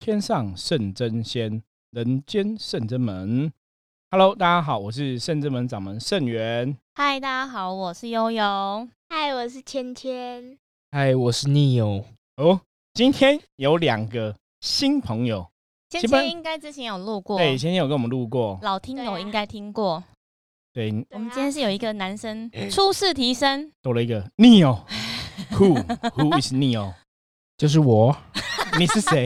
天上圣真仙，人间圣真门。Hello，大家好，我是圣真门掌门圣元。嗨，大家好，我是悠悠。嗨，我是芊芊。嗨，我是 Neo。哦，今天有两个新朋友，芊基本芊应该之前有录过，对，前天有跟我们录过，老听友对啊应该听过。对，啊我们今天是是有一个男生嗯初试提升，多了一个 Neo。Who Who is Neo？就是我，你是谁？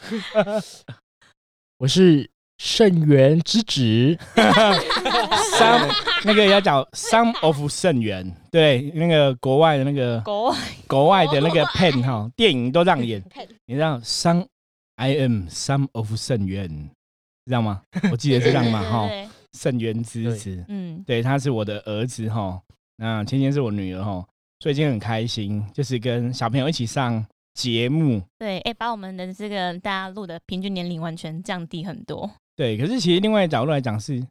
我是圣元之子， Some 那个要讲 Some of 圣元，对，那个国外的那个狗 国外的那个 pen 哈，电影都这样演。很你知道 Some I am Some of 圣元，知道吗？我记得是这样嘛哈，对，圣元之子，嗯，对，他是我的儿子哈，那芊芊是我女儿哈，所以今天很开心，就是跟小朋友一起上节目。对，哎、把我们的这个大家录的平均年龄完全降低很多。对，可是其实另外角度来讲是。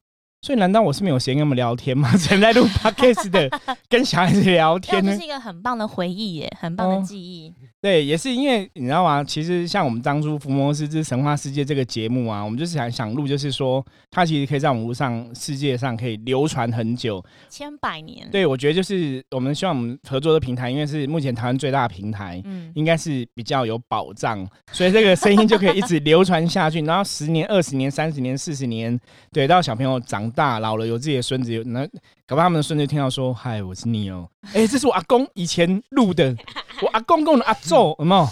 所以难道我是没有时间跟他们聊天吗？ 只能在录 podcast 的跟小孩子聊天但这呢啊是？一个很棒的回忆耶，很棒哦的记忆。对，也是因为你知道吗？其实像我们当初《福摩斯之神话世界》这个节目啊，我们就是想想录，就是说它其实可以在网络上、世界上可以流传很久。千百年。，对，我觉得就是我们希望我们合作的平台，因为是目前台湾最大的平台，嗯，应该是比较有保障，所以这个声音就可以一直流传下去，然后十年、二十年、三十年、四十年，对，到小朋友长大老了，有自己的孙子，有那搞不好他们的孙子就听到说：“嗨，我是 Neo，哎、这是我阿公以前录的，我阿公跟我的阿 祖，有没有？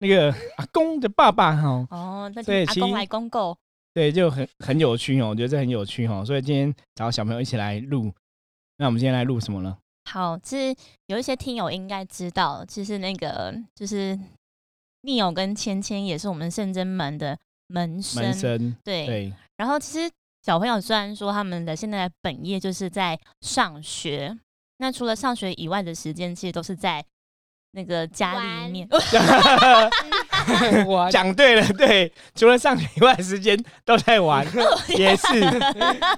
那个阿公的爸爸哈、哦，那就对阿其公实来公购，对，就很很有趣哦，我觉得这很有趣哦，所以今天找小朋友一起来录，那我们今天来录什么呢？好，是有一些听友应该知道，就是那个就是逆友跟芊芊也是我们圣真门的门生，门生，对。对，然后其实小朋友虽然说他们的现在的本业就是在上学，那除了上学以外的时间，其实都是在那个家里玩 面。哇， 讲对了，对，除了上学以外的时间都在玩，也是。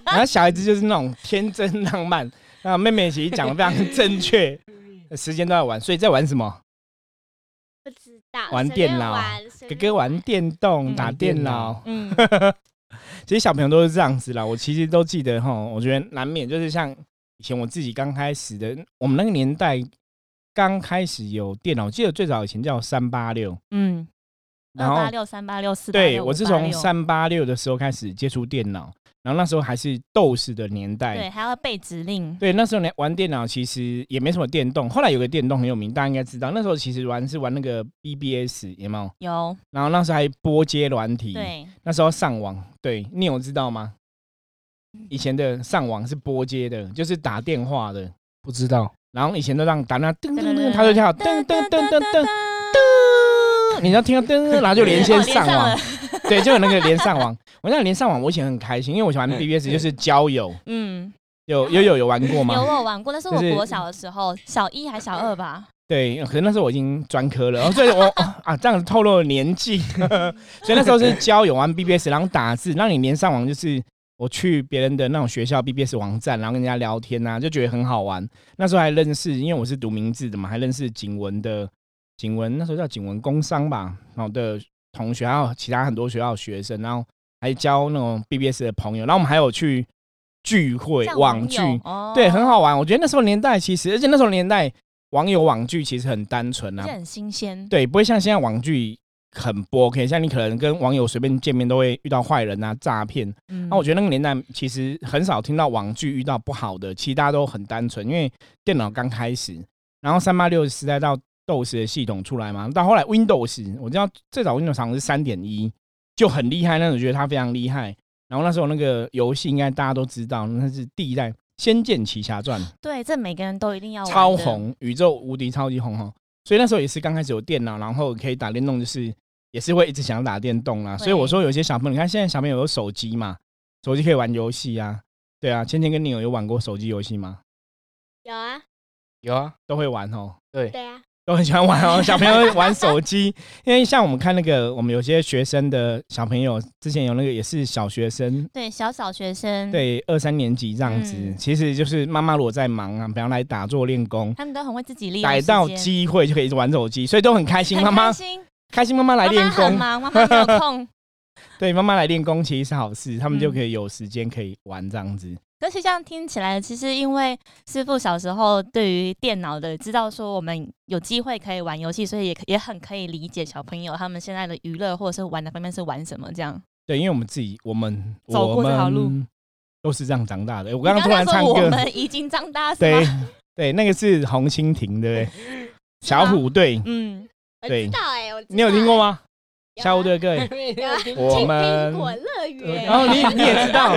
然后小孩子就是那种天真浪漫，那妹妹其实讲的非常正确，时间都在玩，所以在玩什么？不知 道玩电脑哥哥玩电动、嗯打电脑。嗯，其实小朋友都是这样子啦，我其实都记得哈，我觉得难免就是像以前我自己刚开始的，我们那个年代刚开始有电脑，我记得最早以前叫三八六。嗯，然二后八六、三八六、四八六，对我是从三八六的时候开始接触电脑，然后那时候还是斗士的年对代。还要背指令，对，那时候呢玩电脑其实也没什么电动，后来有个电动很有名，大家应该知道。那时候其实玩是玩那个 BBS 有没有？有然后那时候还拨接软体，，对那时候上网，对你有知道吗？以前的上网是拨接的，就是打电话的，不知道，然后以前都让打那噔噔噔，他就跳噔噔噔噔噔噔，你要听到噔，然后就连线哦上网了，对，就有那个连上网。我那个连上网，我以前很开心，因为我喜欢嗯 BBS，就是交友。嗯，有有有有玩过有啊吗？我玩过，但是我就是国小的时候，小一还小二吧，对，可是那时候我已经专科了，哦所以我啊这样透露了年纪。 所以那时候是交友玩 BBS，然后打字，让你连上网，就是我去别人的那种学校 BBS 网站，然后跟人家聊天啊，就觉得很好玩。那时候还认识，因为我是读名字的嘛，还认识景文的景文，那时候叫景文工商吧，然后的同学，还有其他很多学校的学生，然后还交那种 BBS 的朋友，然后我们还有去聚会像网网剧，友哦对，很好玩。我觉得那时候年代其实，而且那时候年代网友网剧其实很单纯而啊且，很新鲜，对，不会像现在网剧很不 OK，像你可能跟网友随便见面都会遇到坏人啊、诈骗。嗯，那、我觉得那个年代其实很少听到网剧遇到不好的，其实大家都很单纯，因为电脑刚开始，然后三八六时代到 DOS 的系统出来嘛，到后来 Windows，我知道最早 Windows 厂是三点一，就很厉害，那种觉得它非常厉害。然后那时候那个游戏应该大家都知道，那是第一代《仙剑奇侠传》。对，这每个人都一定要玩的超，红，宇宙无敌超级红哈。所以那时候也是刚开始有电脑，然后可以打电动，就是也是会一直想打电动啦。对所以我说有些小朋友，你看现在小朋友有手机嘛，手机可以玩游戏啊。对啊，芊芊跟你有有玩过手机游戏吗？有啊，有啊，都会玩哦，对，对啊，都很喜欢玩 哦。小朋友玩手机，因为像我们看那个，我们有些学生的小朋友之前有那个也是小学生，对，小小学生，，对二三年级这样子，嗯其实就是妈妈如果在忙啊，不要来打坐练功，他们都很会自己利用逮时到间机会就可以一直玩手机，所以都很开心。很妈妈开心，开心妈妈来妈练妈很功，忙，妈妈没 有空。对，妈妈来练功其实是好事，他们就嗯可以有时间可以玩这样子。可是这样听起来，其实因为师傅小时候对于电脑的知道说我们有机会可以玩游戏，所以也可也很可以理解小朋友他们现在的娱乐或者是玩的方面是玩什么这样。对，因为我们自己，我们走过这条路，我们都是这样长大的。我我刚刚突然唱我歌，们已经长大是对吗？对，那个是红蜻蜓，对不对？小虎队，嗯，我对知道哎、我知道你有听过？吗？有啊小虎队的歌， 有啊我们苹果乐园，然后你你也知道，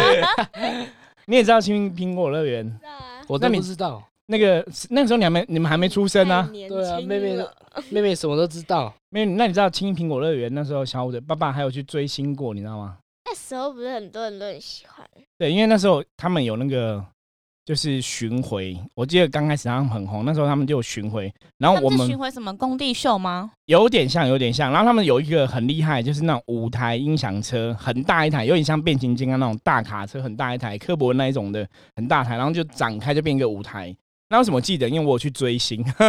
你也知道《青苹果乐园》知道啊我那都你不知 道，那个那个时候你还没你们还没出生太啊？年对啊，轻妹妹了妹妹什么都知道，没有，那你知道《青苹果乐园》那时候小虎队爸爸还有去追星过，你知道吗？那时候不是很多人都很喜欢，对，因为那时候他们有那个就是巡回，我记得刚开始他们很红，那时候他们就有巡回，然后他我们们是巡回什么工地秀吗？有点像，有点像。然后他们有一个很厉害，就是那种五台音响车，很大一台，有点像变形金刚那种大卡车，很大一台，科博那一种的，很大台，然后就展开就变一个舞台。那为什么我记得？因为我有去追星，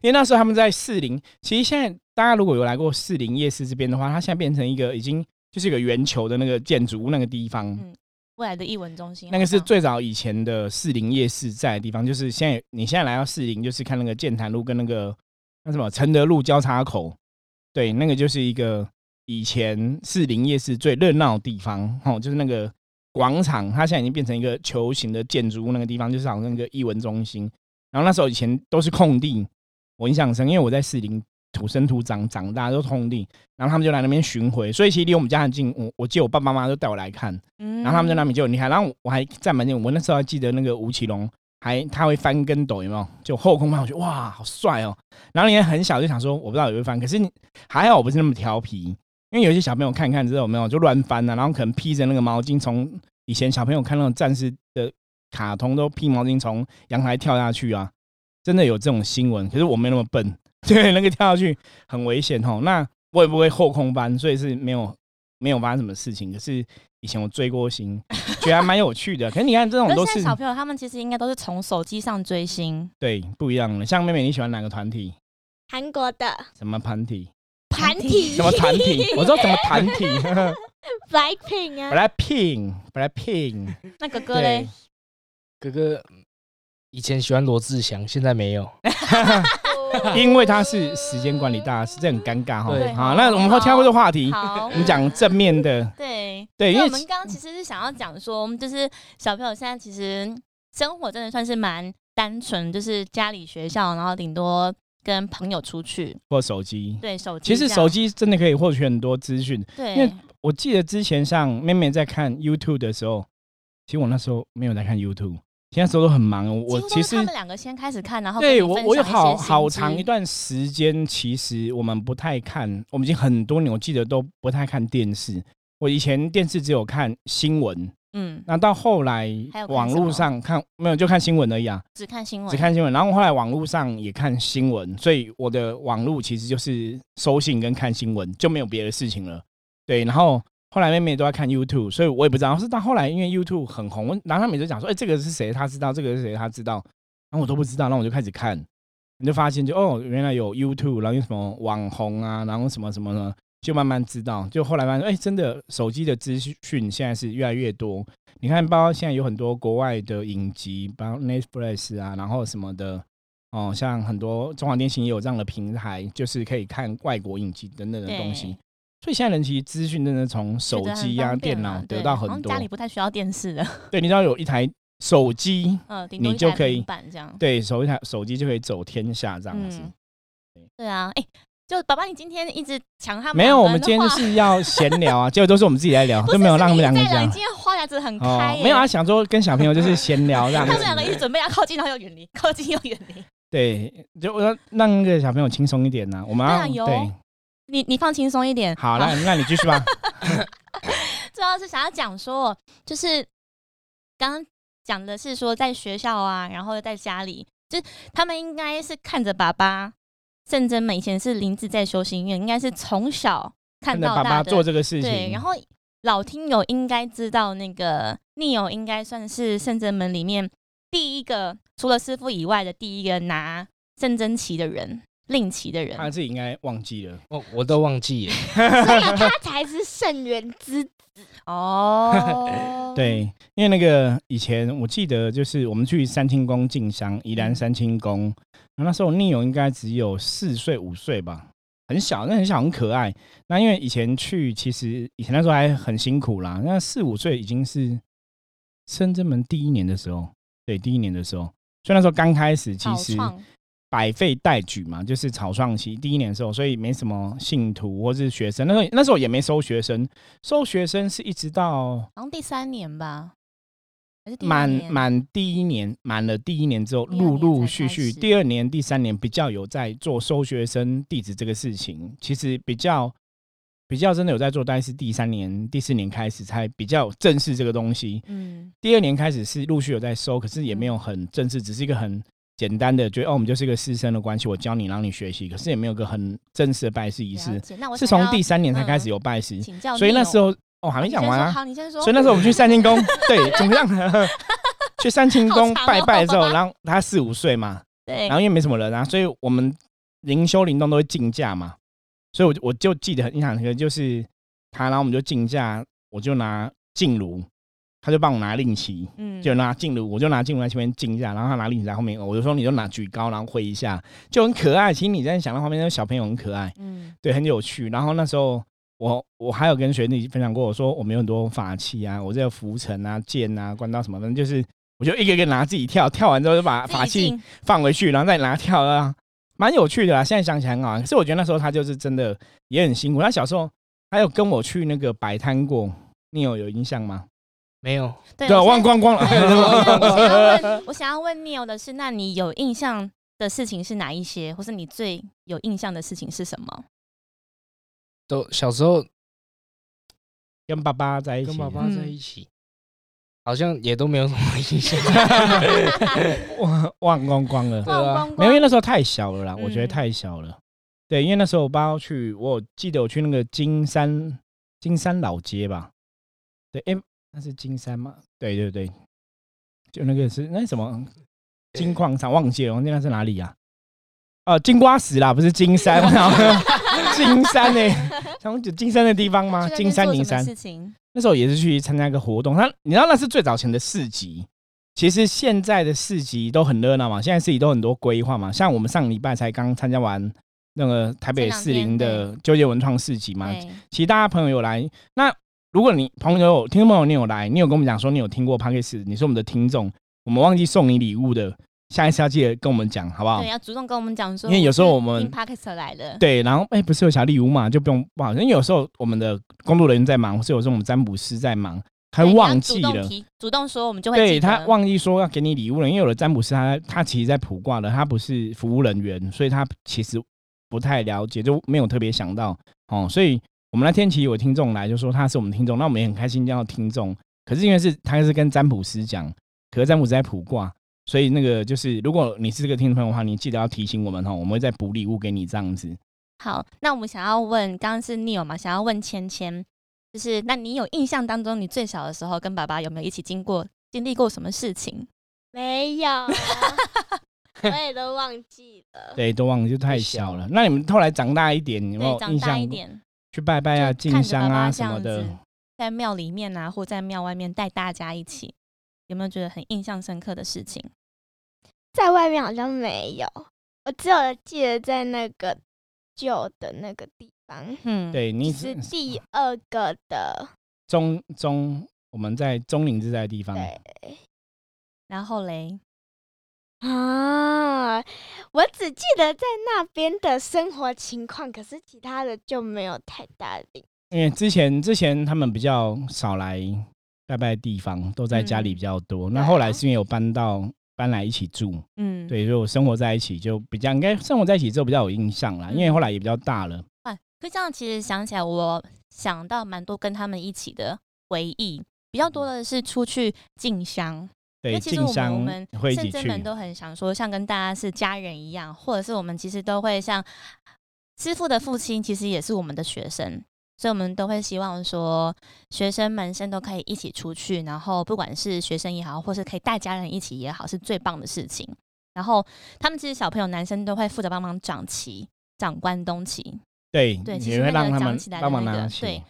因为那时候他们在士林。其实现在大家如果有来过士林夜市这边的话，它现在变成一个已经就是一个圆球的那个建筑物那个地方。嗯未来的艺文中心那个是好像最早以前的士林夜市在的地方，就是现在你现在来到士林，就是看那个建潭路跟那个那什么承德路交叉口，对，那个就是一个以前士林夜市最热闹的地方，哦，就是那个广场，它现在已经变成一个球形的建筑物，那个地方就是好像一个艺文中心。然后那时候以前都是空地，我印象很深，因为我在士林土生土长长大，都是空地，然后他们就来那边巡回，所以其实离我们家很近，我我记得我爸爸妈妈都带我来看。嗯然后他们在那边就很厉害。然后我还站蛮近，我那时候还记得那个吴奇隆还他会翻跟斗，有没有？就后空翻，我觉得哇，好帅哦。然后你也很小就想说，我不知道有没有翻，可是你还好我不是那么调皮，因为有些小朋友看一看之后有没有就乱翻啊了、然后可能披着那个毛巾从以前小朋友看那种战士的卡通都披毛巾从阳台跳下去啊，真的有这种新闻。可是我没那么笨， 对，那个跳下去很危险哦。那我也不会后空翻，所以是没有没有发生什么事情。可是以前我追过 星，觉得还蛮有趣的。可是你看这种可都是现是在小朋友他们其实应该都是从手机上追星，对不一样的。像妹妹，你喜欢哪个团体？韩国的什么团体？团体什么团体？我说什么团体 Blackpink 啊， ？Blackpink，Blackpink， 那哥哥嘞对，，哥哥以前喜欢罗志祥，现在没有。因为他是时间管理大师，这很尴尬哈对。好，那我们会跳过这个话题，好我，们讲正面的。对，对，欸因那为我们刚刚其实是想要讲说，我们就是小朋友现在其实生活真的算是蛮单纯，就是家里、学校，然后顶多跟朋友出去，或手机，对手机其这实样。手机真的可以获取很多资讯。因对为我记得之前像妹妹在看 YouTube 的时候，其实我那时候没有在看 YouTube，其实那时候都很忙。我几乎都其是实他们两个先开始看，然后跟对你我分我有享一好些好新长知一段时间，其实我们不太看，我们已经很多年，我记得都不太看电视。我以前电视只有看新闻，嗯，那到后来还有看网什络么上看没有就看新闻而已啊。只看新闻，只看新闻，然后后来网络上也看新闻，所以我的网络其实就是收信跟看新闻，就没有别的事情了。对，然后后来妹妹都在看 YouTube，所以我也不知道是到后来因为 YouTube 很红，我然后她每次讲说，哎、这个是谁？她知道，这个是谁？她知道，然后我都不知道，然后我就开始看，你就发现就哦，原来有 YouTube，然后有什么网红啊，然后什么什么的，就慢慢知道。就后来发现，哎、真的手机的资讯现在是越来越多，你看，包括现在有很多国外的影集，包括 Netflix 啊，然后什么的，哦，像很多中华电信也有这样的平台，就是可以看外国影集等等的东西对。所以现在人其实资讯真的从手觉得很机啊、方便电啦脑对得到好很像多家。里不太需要电视的， 对，你知道有一台手机，嗯，顶你多一就台可平以板这样。对手一台手机就可以走天下这样子。嗯对啊，哎，就爸爸，你今天一直抢他们没有，两个我们人的今天就话是要闲聊 啊，结果都是我们自己来聊，不都是没有是让他们你两个在聊讲你。今天话匣子很开欸哦，耶，没有啊，想说跟小朋友就是闲聊这样他子。们两个一直准备要靠近，然后又远离，靠近又远离。对，就我要让那个小朋友轻松一点呐、我们对要啊有对 你你放轻松一点。好， 那那你继续吧。主要是想要讲说，就是刚刚讲的是说在学校啊，然后在家里，就是他们应该是看着爸爸，甚至以前是林子在修行院，应该是从小看看着到爸大爸的做这个事情，对，然后老听友应该知道，那个 Neo 应该算是圣真门里面第一个，除了师傅以外的第一个拿圣真旗的人。令旗的人。他自己应该忘记了。，，我哦我都忘记了。所以他才是圣元之哦 对，因为那个以前我记得就是我们去三清宫进香，宜嗯兰三清宫，然后那时候 n e 应该只有四岁五岁吧，很小，那很小很可爱。那因为以前去，其实以前那时候还很辛苦啦，那四五岁已经是深圳门第一年的时候，对，第一年的时候，所以那时候刚开始其草实。创百废待举嘛，就是草创期第一年的时候，所以没什么信徒或是学生。那时候那时候也没收学生，收学生是一直到好像第三年吧，还是第二满年满第一年，满了第一年之后，第二陆年陆续才续开始第二年、第三年比较有在做收学生弟子这个事情。其实比较比较真的有在做，大概是第三年、第四年开始才比较正式这个东西。嗯，第二年开始是陆续有在收，可是也没有很正式，只是一个很简单的，觉得哦，我们就是一个师生的关哦系，我教你，让你学习，可是也没有个很正式的拜师仪了式。解。那我是想从要第三年才嗯开始有拜师，请教你哦，所以那时候哦还没你讲先完说啊。好，你先说。所以那时候我们去三清宫， 对，怎么样？ 去三清宫好长哦拜拜的时候，然后他四五岁嘛，对然后因为没什么人啊，所以我们灵修灵动都会竞价嘛，所以我就我就记得很印象深刻，就是他，然后我们就竞价，我就拿静炉，他就帮我拿令旗，嗯就拿静炉，我就拿静炉在前面竞价，然后他拿令旗在后面，我就说你就拿举高，然后挥一下，就很可爱。其实你在想到旁边那个小朋友很可爱，嗯对，很有趣。然后那时候我我还有跟学弟分享过，我说我们有很多法器啊，我这个浮尘啊、剑啊、关刀什么的，反正就是我就一个一个拿自己跳，跳完之后就把自法己器进放回去，然后再拿跳啊，蛮有趣的啦。现在想起来很好玩，可是我觉得那时候他就是真的也很辛苦。他小时候他有跟我去那个摆摊过，你有有印象吗？没有，对对啊，我忘现在光光对我现在我想了。要问，我想要问 Neil 的是，那你有印象的事情是哪一些，或是你最有印象的事情是什么？都小时候 跟爸爸在一起，跟爸爸嗯在一起， 好像也都没有什么印 象。 忘忘光光了。对啊忘光没有，因为光，那时候太小了啦，嗯我觉得太小了。对，因为那时候我爸要去，我有记得我去那个金山金山老街吧。对，哎、那是金山吗？对对对，就那个是那什么金矿厂，忘记了，忘记那是哪里呀、啊？金瓜石啦，不是金山， 然后金山 呢、想想金山的地方吗？去那边啊金山做银什么山，事情，那时候也是去参加一个活动，他你知道那是最早前的市集。其实现在的市集都很热闹嘛，现在市集都很多规划嘛。像我们上礼拜才刚参加完那个台北四零的纠结文创市集嘛，对，其实大家朋友有来，那如果你朋友听众朋友你有来，你有跟我们讲说你有听过 p a c k e s 你是我们的听众，我们忘记送你礼物的，下一次要记得跟我们讲好不好对，？要啊主动跟我们讲说，因为有时候我们听 Podcast 来了，对，然后哎、不是有小礼物嘛，就不用不好，因为有时候我们的工作人员在忙，或是有时候我们占卜师在忙，他对，会你要忘主记动了。提，主动说，我们就会对记得他忘记说要给你礼物了，因为有的占卜师他他其实在卜卦的，他不是服务人员，所以他其实不太了解，就没有特别想到哦。所以我们那天其实有听众来就说他是我们听众，那我们也很开心见到听众。可是因为是他是跟占卜师讲，可是占卜师在卜卦，所以那个就是如果你是这个听众朋友的话，你记得要提醒我们哦，我们会再补礼物给你这样子。好，那我们想要问，刚刚是 Neil 嘛？想要问芊芊，就是那你有印象当中，你最小的时候跟爸爸有没有一起经过经历过什么事情？没有，啊我也都忘记了。对，都忘了就太小了。那你们后来长大一点，有没对，有长印大象一点，去拜拜啊、就进看着香爸啊爸什么这的样子？在庙里面啊，或在庙外面带大家一起，有没有觉得很印象深刻的事情？在外面好像没有，我只有记得在那个旧的那个地方，嗯，，对你是第二个的，中中，我们在中岭之在的地方，对然后嘞，啊，我只记得在那边的生活情况，可是其他的就没有太大的印因为之前之前他们比较少来拜拜的地方，都在家里嗯比较多。那对后啊来是因为有搬到搬来一起住，嗯，，对，所以我生活在一起就比较应该生活在一起之后比较有印象啦，因为嗯后来也比较大了。啊，可以这样，其实想起来，我想到蛮多跟他们一起的回忆，比较嗯多的是出去进香。对，其进实我们我香们会一甚起至去，们都很想说，像跟大家是家人一样，或者是我们其实都会像师傅的父亲，其实也是我们的学生，所以我们都会希望说，学生们先都可以一起出去，然后不管是学生也好，或是可以带家人一起也好，是最棒的事情。然然后他们其实小朋友男生都会负责帮忙长旗、长关东旗，对，对其你实会那个让他讲们起来的帮忙那个拿起，对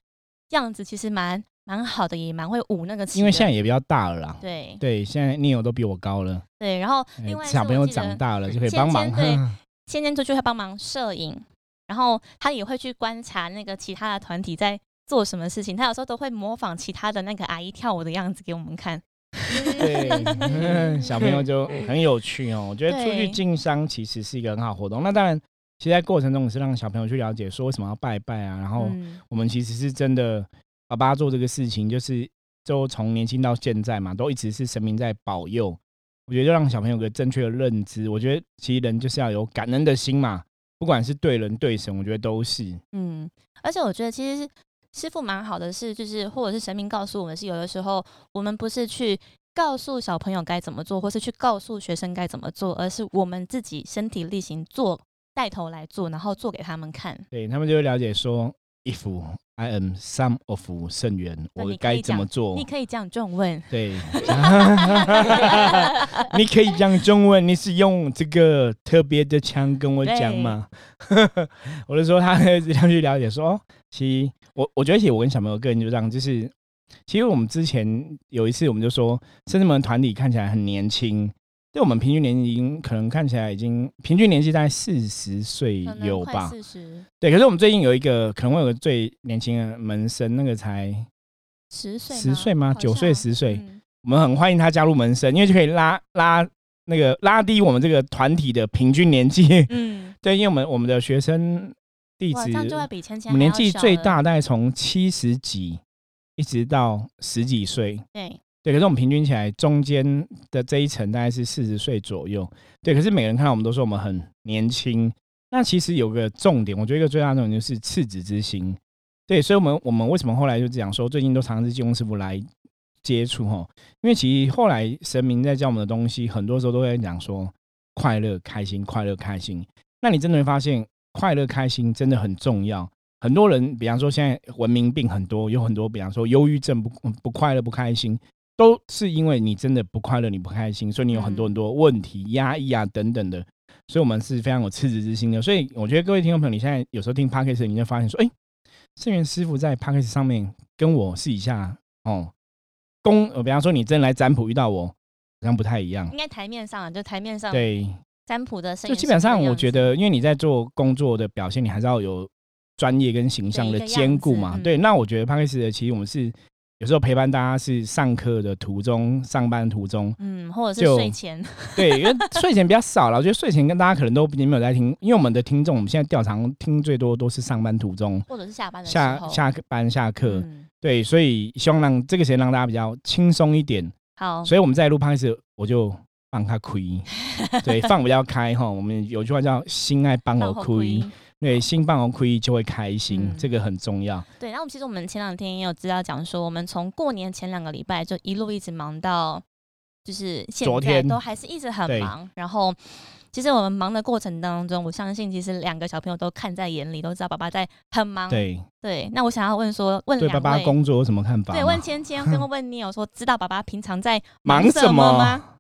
这样子其实蛮蛮好的，也蛮会舞那个旗的。因为现在也比较大了啦。对对，现在 n e 都比我高了，对，然后哎另外是小我朋友记得长大了就可以芊帮忙嗯芊。对仙仙出去会帮忙摄影，然后他也会去观察那个其他的团体在做什么事情，他有时候都会模仿其他的那个阿姨跳舞的样子给我们看。 对，小朋友就很有趣哦。我觉得出去对经商其实是一个很好活动。那当然，其实在过程中也是让小朋友去了解说为什么要拜拜啊。然后嗯，我们其实是真的，爸爸做这个事情就是就从年轻到现在嘛，都一直是神明在保佑。我觉得就让小朋友有个正确的认知。我觉得其实人就是要有感恩的心嘛，不管是对人对神，我觉得都是。嗯，而且我觉得其实是师傅蛮好的是，就是或者是神明告诉我们是，有的时候我们不是去告诉小朋友该怎么做，或是去告诉学生该怎么做，而是我们自己身体力行做，带头来做，然后做给他们看。对他们就会了解说，if I am some of 圣元，对我你可该以怎么讲做你？可以这样重问，对， 你可以讲中文，你是用这个特别的腔跟我讲吗？ 我就说他这样去了解说，哦，其实我我觉得，其实我跟小朋友个人就这样，就是其实我们之前有一次，我们就说，甚至我们团体看起来很年轻。对我们平均年龄已经可能看起来已经平均年纪大概四十岁可能有哦快吧，四十对，可是我们最近有一个可能会有个最年轻的门生，那个才十岁十岁吗？好九岁、像十岁，嗯我们很欢迎他加入门生，因为就可以拉拉那个拉低我们这个团体的平均年纪。嗯， 对，因为我们我们的学生弟哇，子这，样就会比芊芊我们年还要纪小最了，大，大概从七十几一直到十几岁。对，对，可是我们平均起来，中间的这一层大概是四十岁左右。对，可是每个人看到我们都说我们很年轻。那其实有个重点，我觉得一个最大的重点就是赤子之心。对，所以我们我们为什么后来就讲说，最近都常常是金庸师傅来接触吼，因为其实后来神明在教我们的东西，很多时候都在讲说快乐、开心、快乐、开心。那你真的会发现，快乐、开心真的很重要。很多人，比方说现在文明病很多，有很多，比方说忧郁症不不快乐、不开心，都是因为你真的不快乐，你不开心，所以你有很多嗯很多问题、压抑啊等等的。所以，我们是非常有赤子之心的。所以，我觉得各位听众朋友，你现在有时候听 podcast，你就发现说，哎、圣元师傅在 podcast 上面跟我私底下哦，公，呃，比方说你真来占卜遇到我，好像不太一样应。该台面上啊，就台面上对，占卜的声就音，基本上我觉得，因为你在做工作的表现，你还是要有专业跟形象的兼顾嘛。对一个样子嗯对，那我觉得 p a c k a g 其实我们是有时候陪伴大家是上课的途中、上班途 中，嗯，或者是就睡前， 对，因为睡前比较少了。我觉得睡前跟大家可能都并没有在听，因为我们的听众，我们现在调查听最多都是上班途中、或者是下班的时下候，下班下课。嗯，对，所以希望让这个时间让大家比较轻松一点。好，所以我们在录 p o d 我就放他 亏，对，放比较开哈。我们有句话叫“心爱帮我放后亏”，归对，心帮我亏就会开心，嗯这个很重要。对，然后其实我们前两天也有资料讲说，我们从过年前两个礼拜就一路一直忙到，就是现昨在天都还是一直很对忙。然后，其实我们忙的过程当中，我相信其实两个小朋友都看在眼里，都知道爸爸在很忙。对，对那我想要问说，问对，两爸爸位，工作有什么看法吗？对，问芊芊 跟问你有说，知道爸爸平常在忙什什么吗？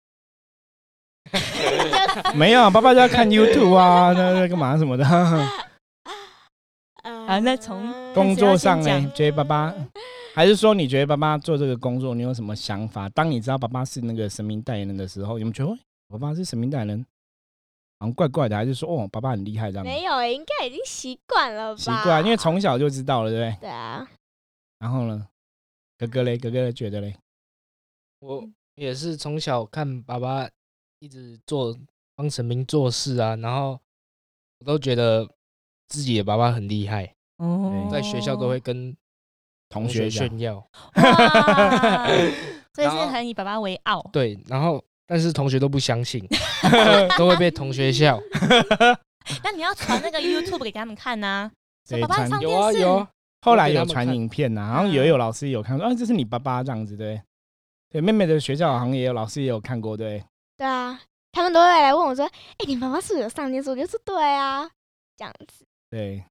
没有，爸爸就要 看 YouTube 啊，那在干嘛什么的。嗯好那从工作上开始要呢先，觉得爸爸，嗯还是说你觉得爸爸做这个工作，你有什么想法？当你知道爸爸是那个神明代言人的时候，你们觉得、哦爸爸是神明代言人，好像怪怪的，还是说哦，爸爸很厉害这样？没有，应该已经习惯了吧？习惯，啊因为从小就知道了，对不对？对啊，然后呢，哥哥嘞，哥哥嘞觉得嘞，我也是从小看爸爸一直做帮神明做事啊，然后我都觉得自己的爸爸很厉害，哦在学校都会跟同学学讲炫耀。 哇所以然是后很以爸爸为傲。 对，然后但是同学都不相信，都都会被同学笑。那你要 传那个 YouTube 给他们看啊呐、说对爸爸传上有电啊视，有啊，后来给有他们传看影片呐、好像嗯也有老师有看说，啊，这是你爸爸这样子，对不对。对，妹妹的学校好像也有老师也有看过，对不对。对啊，他们都会来问我说：“哎、你妈妈是不是有上电视？”我就说：“对啊，这样子。对，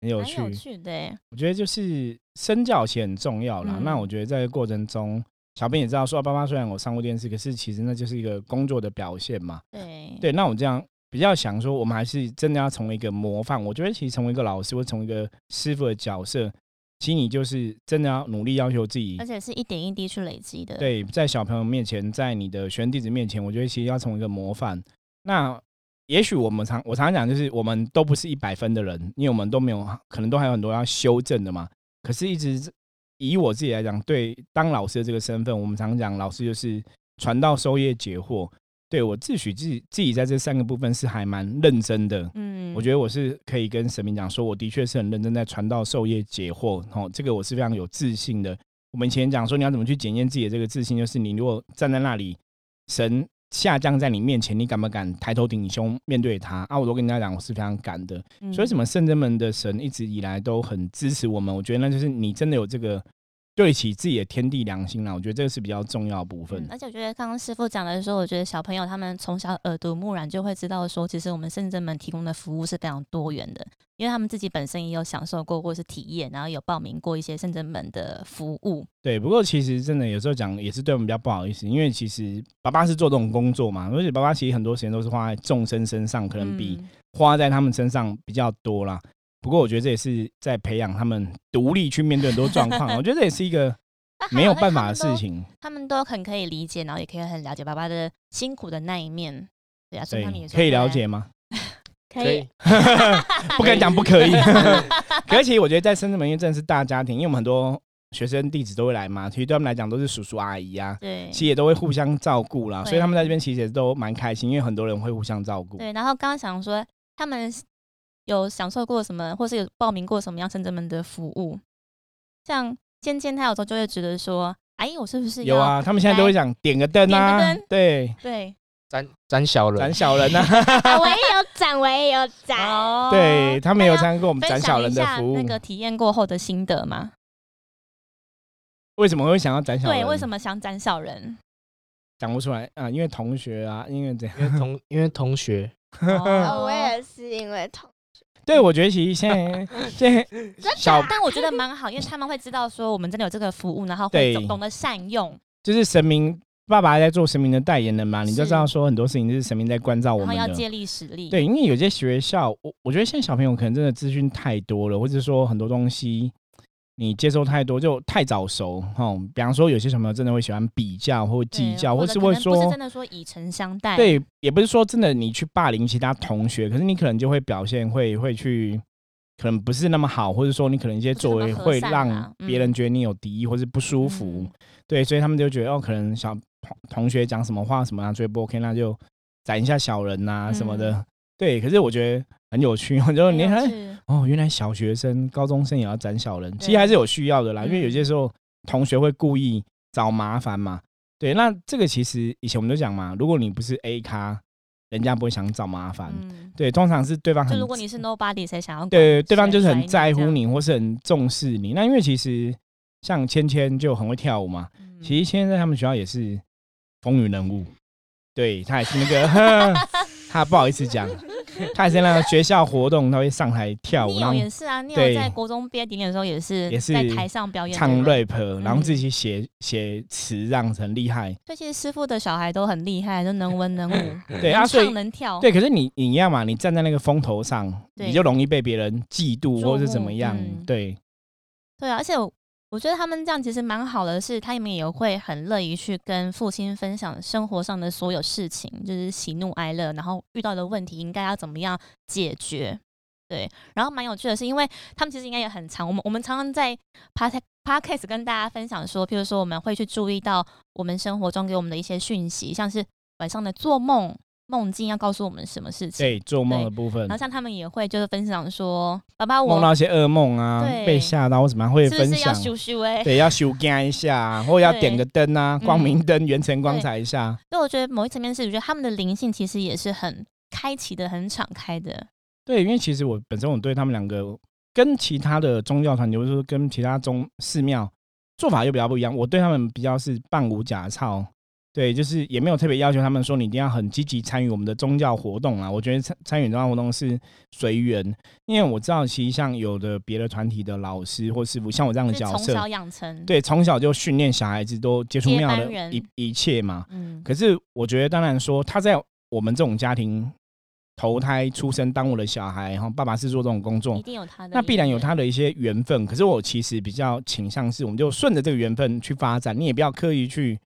很有蛮趣。有趣的欸、我觉得就是身教其实很重要啦。嗯那我觉得在这个过程中，小编也知道说，爸爸虽然我上过电视，可是其实那就是一个工作的表现嘛。对对，那我这样比较想说，我们还是真的要从一个模范，我觉得其实从一个老师或从一个师傅的角色，其实你就是真的要努力要求自己而。且是一点一滴去累积的。对，在小朋友面前，在你的学生弟子面前，我觉得其实要从一个模范。那也许我们常我常常讲，就是我们都不是一百分的人，因为我们都没有，可能都还有很多要修正的嘛。可是，一直以我自己来讲，对当老师的这个身份，我们常讲老师就是传道授业解惑。对我自诩自己自己在这三个部分是还蛮认真的，嗯，我觉得我是可以跟神明讲说，我的确是很认真在传道授业解惑，哦，这个我是非常有自信的。我们以前讲说，你要怎么去检验自己的这个自信，就是你如果站在那里，神下降在你面前，你敢不敢抬头挺胸面对他？啊，我都跟大家讲，我是非常敢的。得所以，什么圣真门的神一直以来都很支持我们，我觉得那就是你真的有这个对得起自己的天地良心啦。我觉得这个是比较重要的部分嗯。而且我觉得刚刚师傅讲的说，我觉得小朋友他们从小耳濡目染就会知道说，其实我们圣真门提供的服务是非常多元的，因为他们自己本身也有享受过或是体验，然后有报名过一些圣真门的服务。对，不过其实真的有时候讲也是对我们比较不好意思，因为其实爸爸是做这种工作嘛，而且爸爸其实很多时间都是花在众生身上，可能比嗯花在他们身上比较多啦。不过我觉得这也是在培养他们独立去面对很多状况，我觉得这也是一个那还没好有因为办他法的们事都情。他们都很可以理解，然后也可以很了解爸爸的辛苦的那一面。对啊，所以对他们也，说可以了对解 吗？可以，不敢讲不 可以。可是其实我觉得在深圳门因为真的是大家庭，因为我们很多学生弟子都会来嘛，其实对他们来讲都是叔叔阿姨啊，对其实也都会互相照顾啦，对所以他们在这边其实也都蛮开心，因为很多人会互相照顾。对。然后刚刚想说，他们是有享受过什么，或是有报名过什么样圣真门的服务？像健健，他有时候就会觉得说，哎，我是不是有要？啊，他们现在都会讲点个灯啊点个灯，对， 对，斩斩小人斩，小人啊，啊我也有展，我也有展，哦对他们有那要参加过我们分斩小享人一的下服务那。个体验过后的心得吗？为什么会想要斩小人？对，为什么么想斩 小人？讲不出来啊？因为同学啊，因为这样。因为同因为同学，嗯哦我也是因为同对，我觉得其实现 在现在小但我觉得蛮好，因为他们会知道说我们真的有这个服务，然后会对懂懂得善用，就是神明爸爸在做神明的代言人嘛，你就是知道说很多事情就是神明在关照哦我然后们要的。借力使力。对，因为有些学校，我我觉得现在小朋友可能真的资讯太多了，或者说很多东西你接受太多就太早熟哈、哦比方说有些小朋友真的会喜欢比较或对，计较，或者是可会能说不是真的说以诚相待。对，也不是说真的你去霸凌其他同学，可是你可能就会表现会会去，可能不是那么好，或者说你可能一些不是那作么为和会善啦让嗯别人觉得你有敌意或是不舒服，嗯对，所以他们就觉得哦，可能小同同学讲什么话什么啊，觉得不 OK，那就斩一下小人呐、什么的，对。可是我觉得很有趣，我就嗯很你有看趣，哦，原来小学生、高中生也要斩小人，其实还是有需要的啦，因嗯为有些时候同学会故意找麻烦嘛。对，那这个其实以前我们都讲嘛，如果你不是 A 咖，人家不会想找麻烦。嗯，对，通常是对方就很如果你是 nobody，谁想要管对对方就是很谁在管乎你你或是很重视你。那因为其实像芊芊就很会跳舞嘛，这样？嗯其实现在他们学校也是风云人物，对他也是那个，他不好意思讲，他也是那个学校活动，他会上台跳舞，你然有后也是啊，你有对在国中毕业典礼的时候也是也是在台上表演唱对不对 rap，然后自己写写词，这样子很厉害。所以其实师傅的小孩都很厉害，都能文能武， 对啊，能所以唱能跳，对，可是你你一样嘛，你站在那个风头上，对你就容易被别人嫉妒注或是怎么目样嗯。对对啊，而且我我觉得他们这样其实蛮好的是，他们也会很乐于去跟父亲分享生活上的所有事情，就是喜怒哀乐，然后遇到的问题应该要怎么样解决。对，然后蛮有趣的是，因为他们其实应该也很常，我们我们常常在 pod podcast 跟大家分享说，譬如说我们会去注意到我们生活中给我们的一些讯息，像是晚上的做梦，梦境要告诉我们什么事情。对，做梦的部分然后，像他们也会就是分享说，爸爸我梦到一些噩梦啊，对被吓到或怎么样会是不分是要享。咻咻哎、对，要修干一下啊，或要点个灯啊，对嗯光明灯、元辰光对彩一下。所以我觉得某一层面是，我觉得他们的灵性其实也是很开启的、很敞开的。对，因为其实我本身我对他们两个跟其他的宗教团体，或者说跟其他宗寺庙做法又比较不一样。我对他们比较是半无假操，对，就是也没有特别要求他们说你一定要很积极参与我们的宗教活动啊。我觉得参参与宗教活动是随缘，因为我知道其实像有的别的团体的老师或师傅，像我这样的是角从色小，养成，，对，从小就训练小孩子都接触接庙班的人一一切嘛。嗯，可是我觉得，当然说他在我们这种家庭投胎出生当我的小孩，然后爸爸是做这种工作一，定有他的，那必然有他，的一些缘分。可是我其实比较倾向是，我们就顺着这个缘分去发展，你也不要刻意去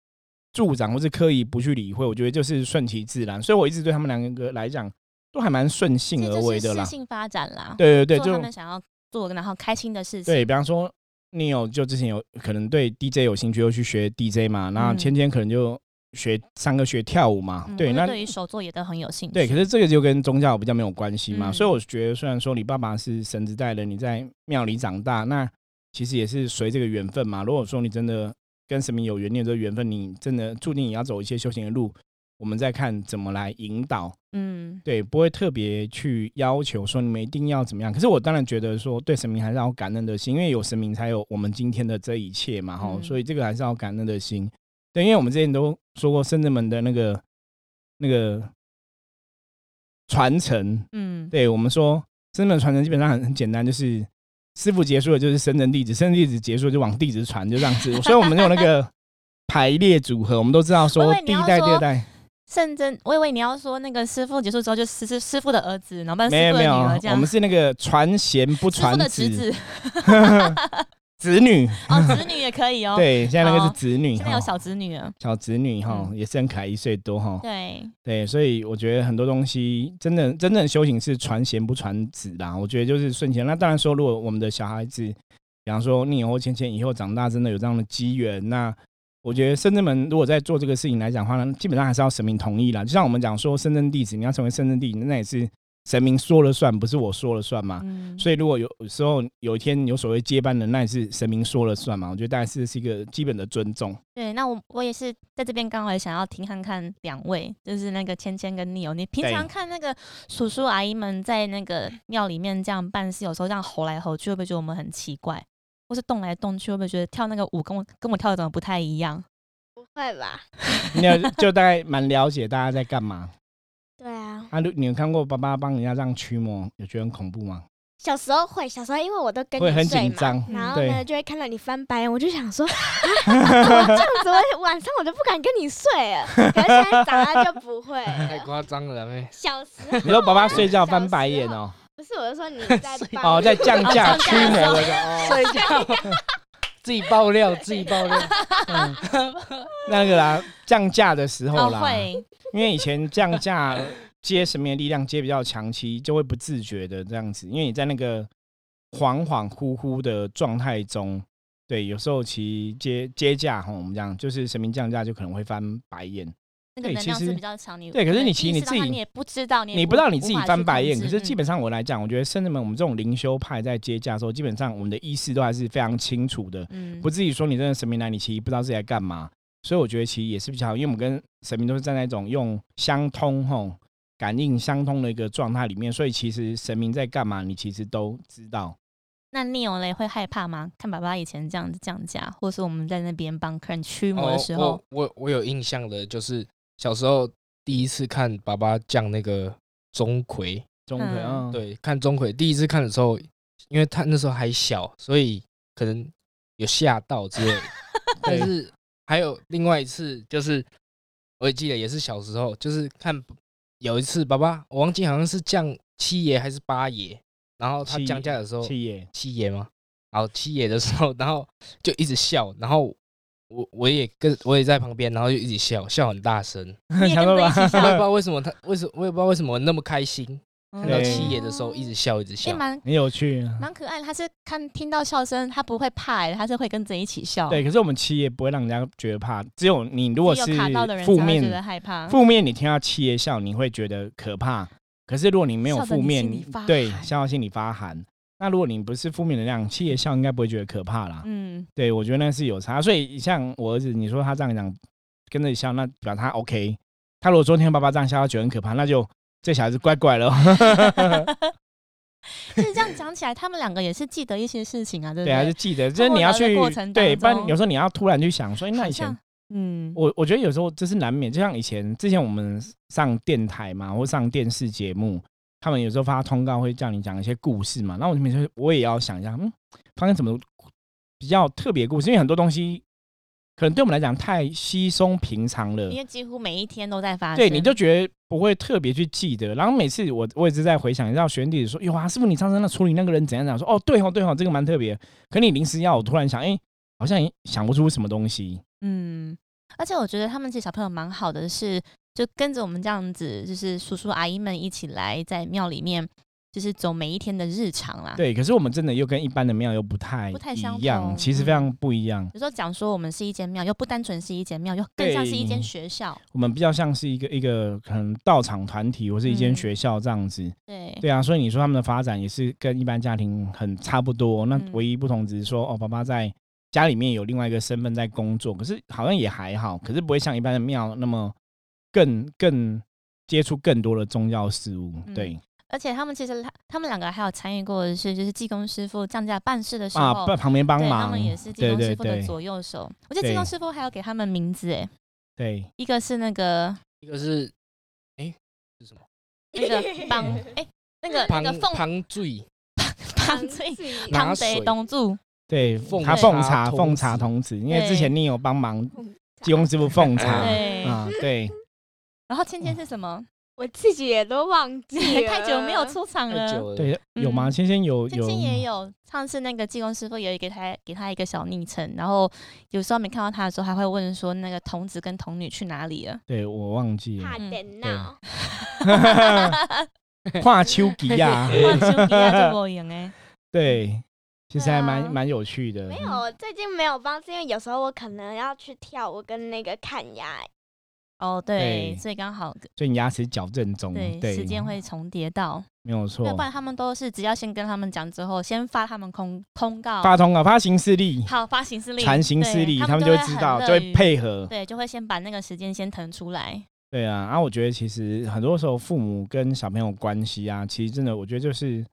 助长，或是刻意不去理会。我觉得就是顺其自然。所以我一直对他们两个来讲，都还蛮顺这性而就为是的适啦。性发展啦，对对对，做他就们想要做然后开心的事情，对，比方说你有就之前有可能对 DJ 有兴趣，又去学 DJ 嘛，那嗯芊芊可能就学上课学跳舞嘛，嗯，对，或者那对于手作也都很有兴趣，对，可是这个就跟宗教比较没有关系嘛，嗯所以我觉得虽然说你爸爸是神职代人，你在庙里长大，那其实也是随这个缘分嘛。如果说你真的跟神明有缘，你有这个缘分，你真的注定也要走一些修行的路，我们再看怎么来引导。嗯，对，不会特别去要求说你们一定要怎么样。可是我当然觉得说，对神明还是要有感恩的心，因为有神明才有我们今天的这一切嘛，哈、嗯所以这个还是要有感恩的心。对，因为我们之前都说过，圣人们的那个那个传承，嗯，对我们说，圣人们的传承基本上很很简单，就是师傅结束了就是生人弟子，生人弟子结束了就往弟子传，就这样子。所以我们有那个 排列组合，我们都知道我说以为你第一要代、第二说代。甚至我以为你要说那个师傅结束之后就师师师傅的儿子，然后扮师没有傅的没女有儿这，样，我们是那个传贤不师傅传的子侄，子 子女。哦，子女也可以哦，，对，现在那个是哦子女现在有哈，小子女了，小子女哈，嗯也是很可爱，一岁多哈。对，对，所以我觉得很多东西，真的真正的修行是传贤不传子啦。我觉得就是顺其。那当然说，如果我们的小孩子，比方说你以后芊芊以后长大，真的有这样的机缘，那我觉得深圳门如果在做这个事情来讲的话呢，基本上还是要神明同意啦。就像我们讲说，深圳弟子你要成为深圳弟子，那也是神明说了算，不是我说了算嘛。 嗯，所以如果有有时候有一天有所谓接班人，那也是神明说了算嘛。我觉得大概是是一个基本的尊重。对，那我我也是在这边刚好也想要听看看两位，就是那个芊芊跟 Neil，你平对常看那个叔叔阿姨们在那个庙里面这样办事，有时候这样吼来吼去，会不会觉得我们很奇怪？或是动来动去，会不会觉得跳那个舞跟我跟我跳的怎么不太一样？不会吧？那就大概蛮了解大家在干嘛。对啊，啊，如你有看过爸爸帮人家这样驱魔，有觉得很恐怖吗？小时候会，小时候因为我都跟会你很睡紧嘛张然后对呢就会看到你翻白眼，我就想说，啊、 怎么这样子我晚上我都不敢跟你睡了。可是现在长大就 不会 太了。夸张了啦， 妹。小时候你说爸爸睡觉翻白眼小时候哦，不是，我 是说你在睡帮哦，在降价驱魔的时候，哦睡觉， 自己爆料，自己爆 料。嗯那个啦，降价的时候啦，哦会，因为以前降价接神明的力量接比较强，其实就会不自觉的这样子，因为你在那个恍恍惚惚的状态中，对，有时候其实接接价哈，我们讲就是神明降价就可能会翻白眼，那个对能其量是实比较强，你对可是能你其意实你识到自它己你也不知道，你也你不知道你自己无法去翻白眼，控可制是基嗯本上我来讲，我觉得甚至们我们这种灵修派在接驾的时候，基本上我们的意识都还是非常清楚的，嗯不至于说你真的神明来，你其实不知道自己在干嘛。所以我觉得其实也是比较好，因为我们跟神明都是站在一种用相通吼感应相通的一个状态里面，所以其实神明在干嘛，你其实都知道。那 Neil 嘞会害怕吗？看爸爸以前这样子降价，或是我们在那边帮客人驱魔的时 候，哦我我我有印象的，就是小时候第一次看爸爸降那个钟馗，中肯嗯嗯，对，看钟馗第一次看的时候，因为他那时候还小，所以可能有吓到之类的。但对是还有另外一次，就是我也记得也是小时候，就是看有一次爸爸，我忘记好像是降七爷还是八爷，然后他七降价的时候，七爷，七爷吗？然后七爷的时候，然后就一直笑，然后我我也跟我也在旁边，然后就一直笑，笑很大声。你也想跟说着一 起吧我也不知 笑，道为什么他为什我也不知道为什么我那么开心，看到对嗯七爷的时候一直笑一直也笑。蛮很有趣啊。蛮可爱的。他是看听到笑声，他不会怕、欸，他是会跟着一起笑。对，，可是我们七爷不会让人家觉得怕，只有你如果是有卡到的人才负会面觉得啊害怕。负面你听到七爷笑，你会觉得可怕。可是如果你没有笑得负你面，心里发对，寒笑到心里发寒。那如果你不是负面能量，七爷笑应该不会觉得可怕啦。嗯，对，我觉得那是有差。所以像我儿子，你说他这样讲，跟着你笑，那表示他 OK。他如果说听爸爸这样笑，他觉得很可怕，那就这小孩子怪怪哦了。其实这样讲起来，他们两个也是记得一些事情啊，对 不对，还是记得，就是通过你要聊的去过程当对，不然中有时候你要突然去想说，哎，那好以前像嗯，我我觉得有时候这是难免，就像以前之前我们上电台嘛，或上电视节目，他们有时候发通告会叫你讲一些故事嘛，那我每次我也要想一下，嗯，发生什么比较特别的故事，因为很多东西可能对我们来讲太稀松平常了因，为几乎每一天都在发生。对，你就觉得不会特别去记得。然后每次我我也是在回想，到学弟说，有啊，师傅你上次那处理那个人怎样怎样，说哦对哦对哦，这个蛮特别的。可你临时要我突然想，哎、好像也想不出什么东西。嗯，而且我觉得他们其实小朋友蛮好的是，就跟着我们这样子，就是叔叔阿姨们一起来在庙里面，就是走每一天的日常啦。，对，可是我们真的又跟一般的庙又不太啊不太一相样，同嗯其实非常不一样。有时候讲说我们是一间庙，又不单纯是一间庙，又更像是一间对学校。我们比较像是一个一个可能道场团体或是一间嗯学校这样子。对，对啊，所以你说他们的发展也是跟一般家庭很差不多，那嗯唯一不同只是说哦，爸爸在家里面有另外一个身份在工作，可是好像也还好，可是不会像一般的庙那么更更接触更多的宗教事物。嗯对而且他们其实他他们两个还有参与过的是，就是济公师傅降价办事的时候，啊，在旁边帮对，他忙们也是，济对公对师傅的对左右手。我记得济公对师傅还有给他们名字，哎，对，一个是那个一个是哎是什么？那 个绑，哎、那个那旁个凤旁坠绑最拿庞贼水东柱，对，奉他茶奉茶童奉子茶童子，因为之对前你有帮忙 济公师傅奉茶对。啊， 对，然后芊芊是什 么？我自己也都忘 记了，太久啊没有出场太了。久了，对，有吗？嗯芊芊有芊有芊也有，上次那个济公师傅也给他给他一个小昵称，然后有时候没看到他的时候，还会问说那个童子跟童女去哪 里了。 对我忘记怕了，点闹， 跨丘吉亚。哇，丘比亚就我赢哎，对，其实还啊蛮蛮有趣的。没有，我最近没有帮，是因为有时候我可能要去跳舞跟那个看牙，哦对，对所以刚好所以你牙齿矫正中，对对，时间会重叠到，没有要错不。然他们都是只要先跟他们讲之后，先发他们通通告，发通啊，发行事例，好发行事历，传行对事例，他们就就会知道，很就乐会于，配合。对，就会先把那个时间先腾出来。对啊，然后我觉得其实很多时候父母跟小朋友关系啊，其实真的，我觉得就是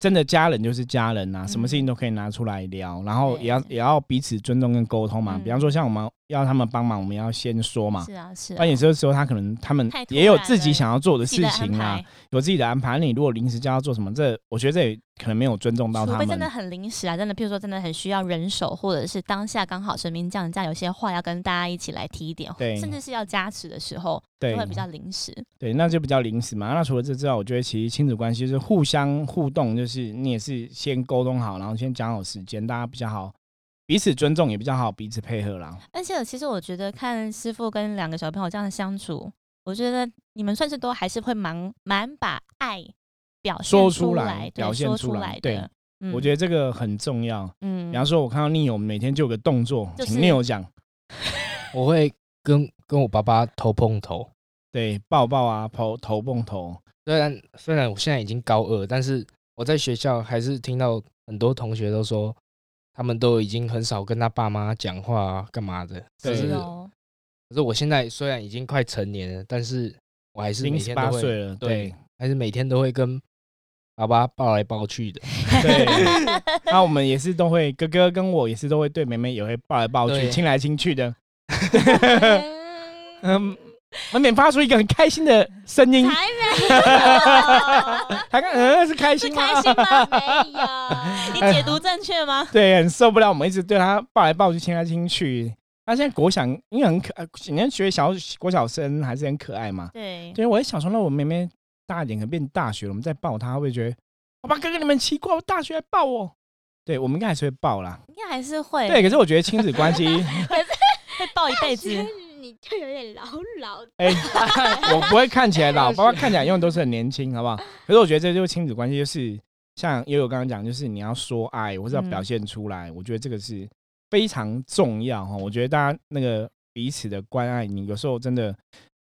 真的家人就是家人啊，什么事情都可以拿出来聊，然后也要嗯对也要彼此尊重跟沟通嘛。比方嗯说像我们要他们帮忙，我们要先说嘛。是啊，是啊。但有些时候他可能他们太突也有然自己了想要做的自事己的安情啊啦排，，有自己的安排。那你如果临时叫他做什么，这我觉得这也可能没有尊重到除他非真的们。很临时啊，真的，譬如说真的很需要人手，或者是当下刚好神明降价，有些话要跟大家一起来提一点，对甚至是要加持的时候，对都会比较临时。对，那就比较临时嘛。那除了这之外，我觉得其实亲子关系就是互相互动，就是你也是先沟通好，然后先讲好时间，大家比较好彼此尊重，也比较好彼此配合啦。而且其实我觉得看师傅跟两个小朋友这样的相处，我觉得你们算是都还是会蛮蛮把爱表现说出出来来，对表现说出出来来对的。嗯我觉得这个很重要。嗯比方说，我看到宁友每天就有个动作，就请是宁友讲，我会跟跟我爸爸头碰头。对，抱抱啊，头头碰头，虽然虽然我现在已经高二，但是我在学校还是听到很多同学都说，他们都已经很少跟他爸妈讲话啊，干嘛的。可对是是 哦，可是我现在虽然已经快成年了，但是我还是每零十天都八会岁了，对对，还是每天都会跟爸爸抱来抱去的。 对。那我们也是都会，哥哥跟我也是都会对妹妹也会抱来抱去，对亲来亲去的。嗯嗯，难免发出一个很开心的声 音。才 没他看，嗯，是开是心吗？开心吗？有，没有。你解 读正确吗？对，很受不了，我们一直对他抱来抱去，亲来亲去。他现在国小，因为很可爱，你看学小国小生还是很可爱嘛。对，对，我也想说，那我妹妹大一点，可能变大学了，我们再抱她，会不会觉得我把哥哥你们奇怪，我大学还抱我？对，我们应该还是会抱啦。应该还是会对，可是我觉得亲子关系，会抱一辈其子。实你就有点老老的，哎、 我不会看起来老，包括看起来用都是很年轻，好不好？可是我觉得这就是亲子关系，就是像悠悠刚刚讲，就是你要说爱，或是要嗯表现出来，我觉得这个是非常重要哈。我觉得大家那个彼此的关爱，你有时候真的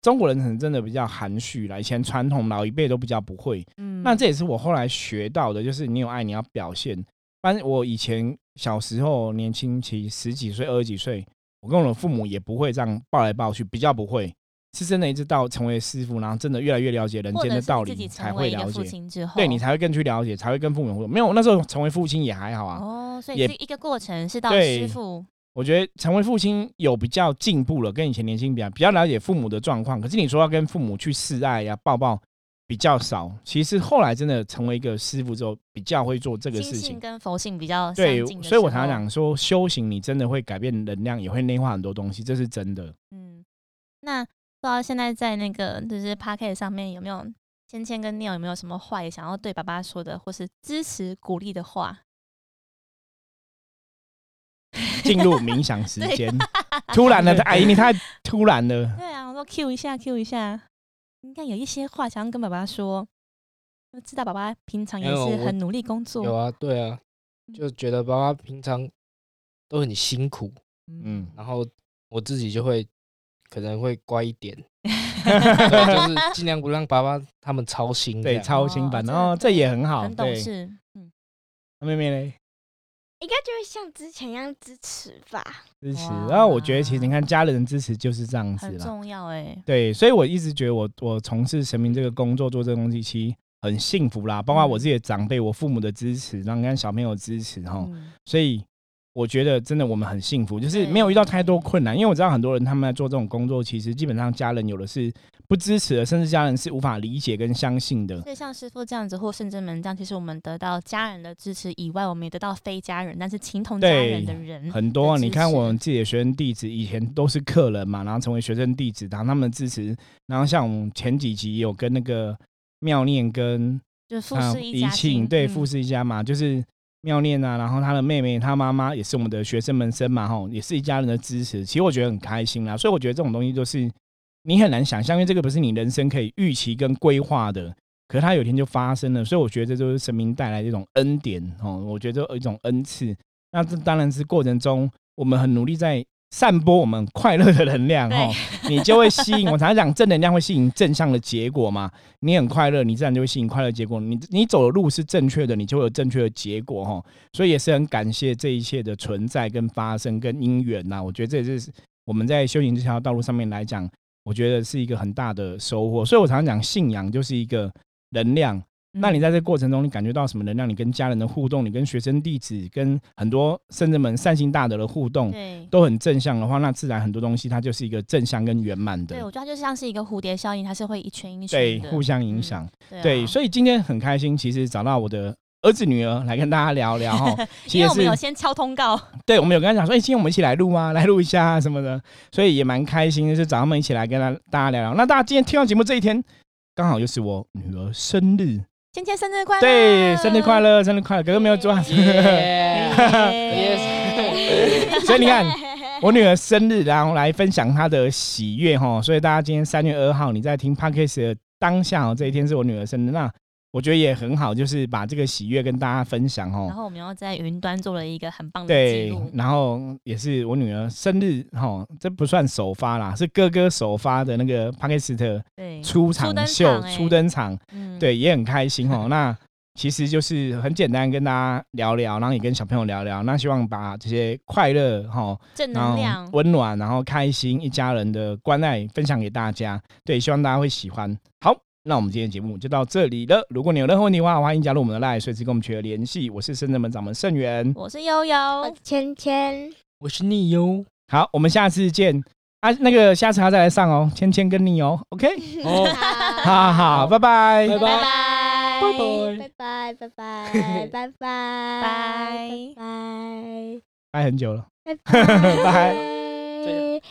中国人可能真的比较含蓄啦，以前传统老一辈都比较不会。嗯那这也是我后来学到的，就是你有爱，你要表现。反正我以前小时候年轻期十几岁、二十几岁，我跟我的父母也不会这样抱来抱去，比较不会。是真的，一直到成为师傅，然后真的越来越了解人或间者的是道自己理，才成会为一个了解，父亲之后，对你才会更去了解，才会跟父母互动。没有，那时候成为父亲也还好啊，哦，所以也是一个过程，是到对师傅我觉得成为父亲有比较进步了，跟以前年轻比较啊比较了解父母的状况。可是你说要跟父母去示爱呀、抱抱比较少。其实后来真的成为一个师傅之后，比较会做这个心事性情。跟佛性比较相对近，的所以我时常常候讲说，修行你真的会改变能量，也会内化很多东西，这是真的。嗯，那不知道现在在那个就是 p a c k e t 上面有没有芊芊跟 Neil 有没有什么话也想要对爸爸说的，或是支持鼓励的话？进入冥想时对间， 突然的，哎， 你太突然了。对啊，我说 Q 一下，Q 一下，应该有一些话想要跟爸爸说。我知道爸爸平哎常也没有是我很努力工哦作，有啊，对啊，嗯就觉得爸爸平常都很辛苦，嗯，然后我自己就会可能会乖一 点，对就是尽量不让爸爸他们操心这对，样。超新版，哦然真的后这也很好，很懂对。事。嗯，那妹妹嘞，应该就会像之前一样支持吧。支持。哇然后我觉得其实你看，家人支持就是这样子很啦。重要哎、对，所以我一直觉得我我从事神明这个工作做这个东西，其实很幸福啦，包括嗯我自己的长辈、我父母的支持，然后跟小朋友的支持哈，嗯所以。我觉得真的我们很幸福，就是对没有遇到太多困难，因为我知道很多人他们在做这种工作，其实基本上家人有的是不支持的，甚至家人是无法理解跟相信的。所以像师傅这样子，或圣真门这样，其实我们得到家人的支持以外，我们也得到非家人，但是情同家人的对人，很多、啊，的你嗯支看持我们自己的学生弟子以前都是客人嘛，然后成为学生弟子，然后他们的支持，然后像我们前几集有跟那个妙念跟就是富啊士一家庆亲，对嗯富士一家嘛，就是妙念啊，然后他的妹妹、他妈妈也是我们的学生们生嘛，吼，也是一家人的支持，其实我觉得很开心啦，所以我觉得这种东西就是你很难想象，因为这个不是你人生可以预期跟规划的。可是它有一天就发生了，所以我觉得这就是神明带来的一种恩典哦，我觉得这一种恩赐。那这当然是过程中我们很努力在散播我们快乐的能量哦，你就会吸引。我常常讲正能量会吸引正向的结果嘛，你很快乐，你自然就会吸引快乐的结果。你你走的路是正确的，你就会有正确的结果哈。所以也是很感谢这一切的存在、跟发生、跟因缘呐。我觉得这也是我们在修行这条道路上面来讲，我觉得是一个很大的收获。所以我常常讲，信仰就是一个能量。嗯那你在这过程中，你感觉到什么能量？你跟家人的互动，你跟学生弟子，跟很多圣人们善心大德的互动，对都很正向的话，那自然很多东西它就是一个正向跟圆满的对，，我觉得它就像是一个蝴蝶效应，它是会一圈一对圈，的，互相影嗯响。对对，啊所以今天很开心，其实找到我的儿子女儿来跟大家聊聊 哈。其因为我实们有也是先敲通告，对，我们有跟他讲说，哎、今天我们一起来录啊，来录一下、啊、什么的，所以也蛮开心，就是找他们一起来跟他大家聊聊。那大家今天听到节目这一天，刚好又是我女儿生日，芊芊生日快乐，对，生日快乐，生日快乐，哥哥没有做饭， 耶 耶 所以你 看。我女儿生日，然后来分享她的喜悦哈，所以大家今天三月二号你在听 podcast 的当下哦，这一天是我女儿生日，那我觉得也很好，就是把这个喜悦跟大家分享哦然。后我们又在云端做了一个很棒的记对录，，然后也是我女儿生日哈，这不算首发啦，是哥哥首发的那个 p a k i s t 对，出初场登秀场欸初登场，嗯，对，也很开心 哦。那其实就是很简单跟大家聊聊，然后也跟小朋友聊聊，那希望把这些快乐哈，正能然后量，温暖，然后开心一家人的关爱分享给大家，对，希望大家会喜欢。好。那我们今天的节目就到这里了。如果你有任何问题的话，欢迎加入我们的 LINE，随时跟我们取得联系。我是深圳门掌门盛元，我是悠悠，哦芊芊，我是逆优好，我们下次见啊！那个下次他再来上哦，芊芊跟你哦，OK，哦。好好，拜拜，拜拜拜拜拜拜拜拜拜拜拜拜拜 拜很久了。拜拜拜。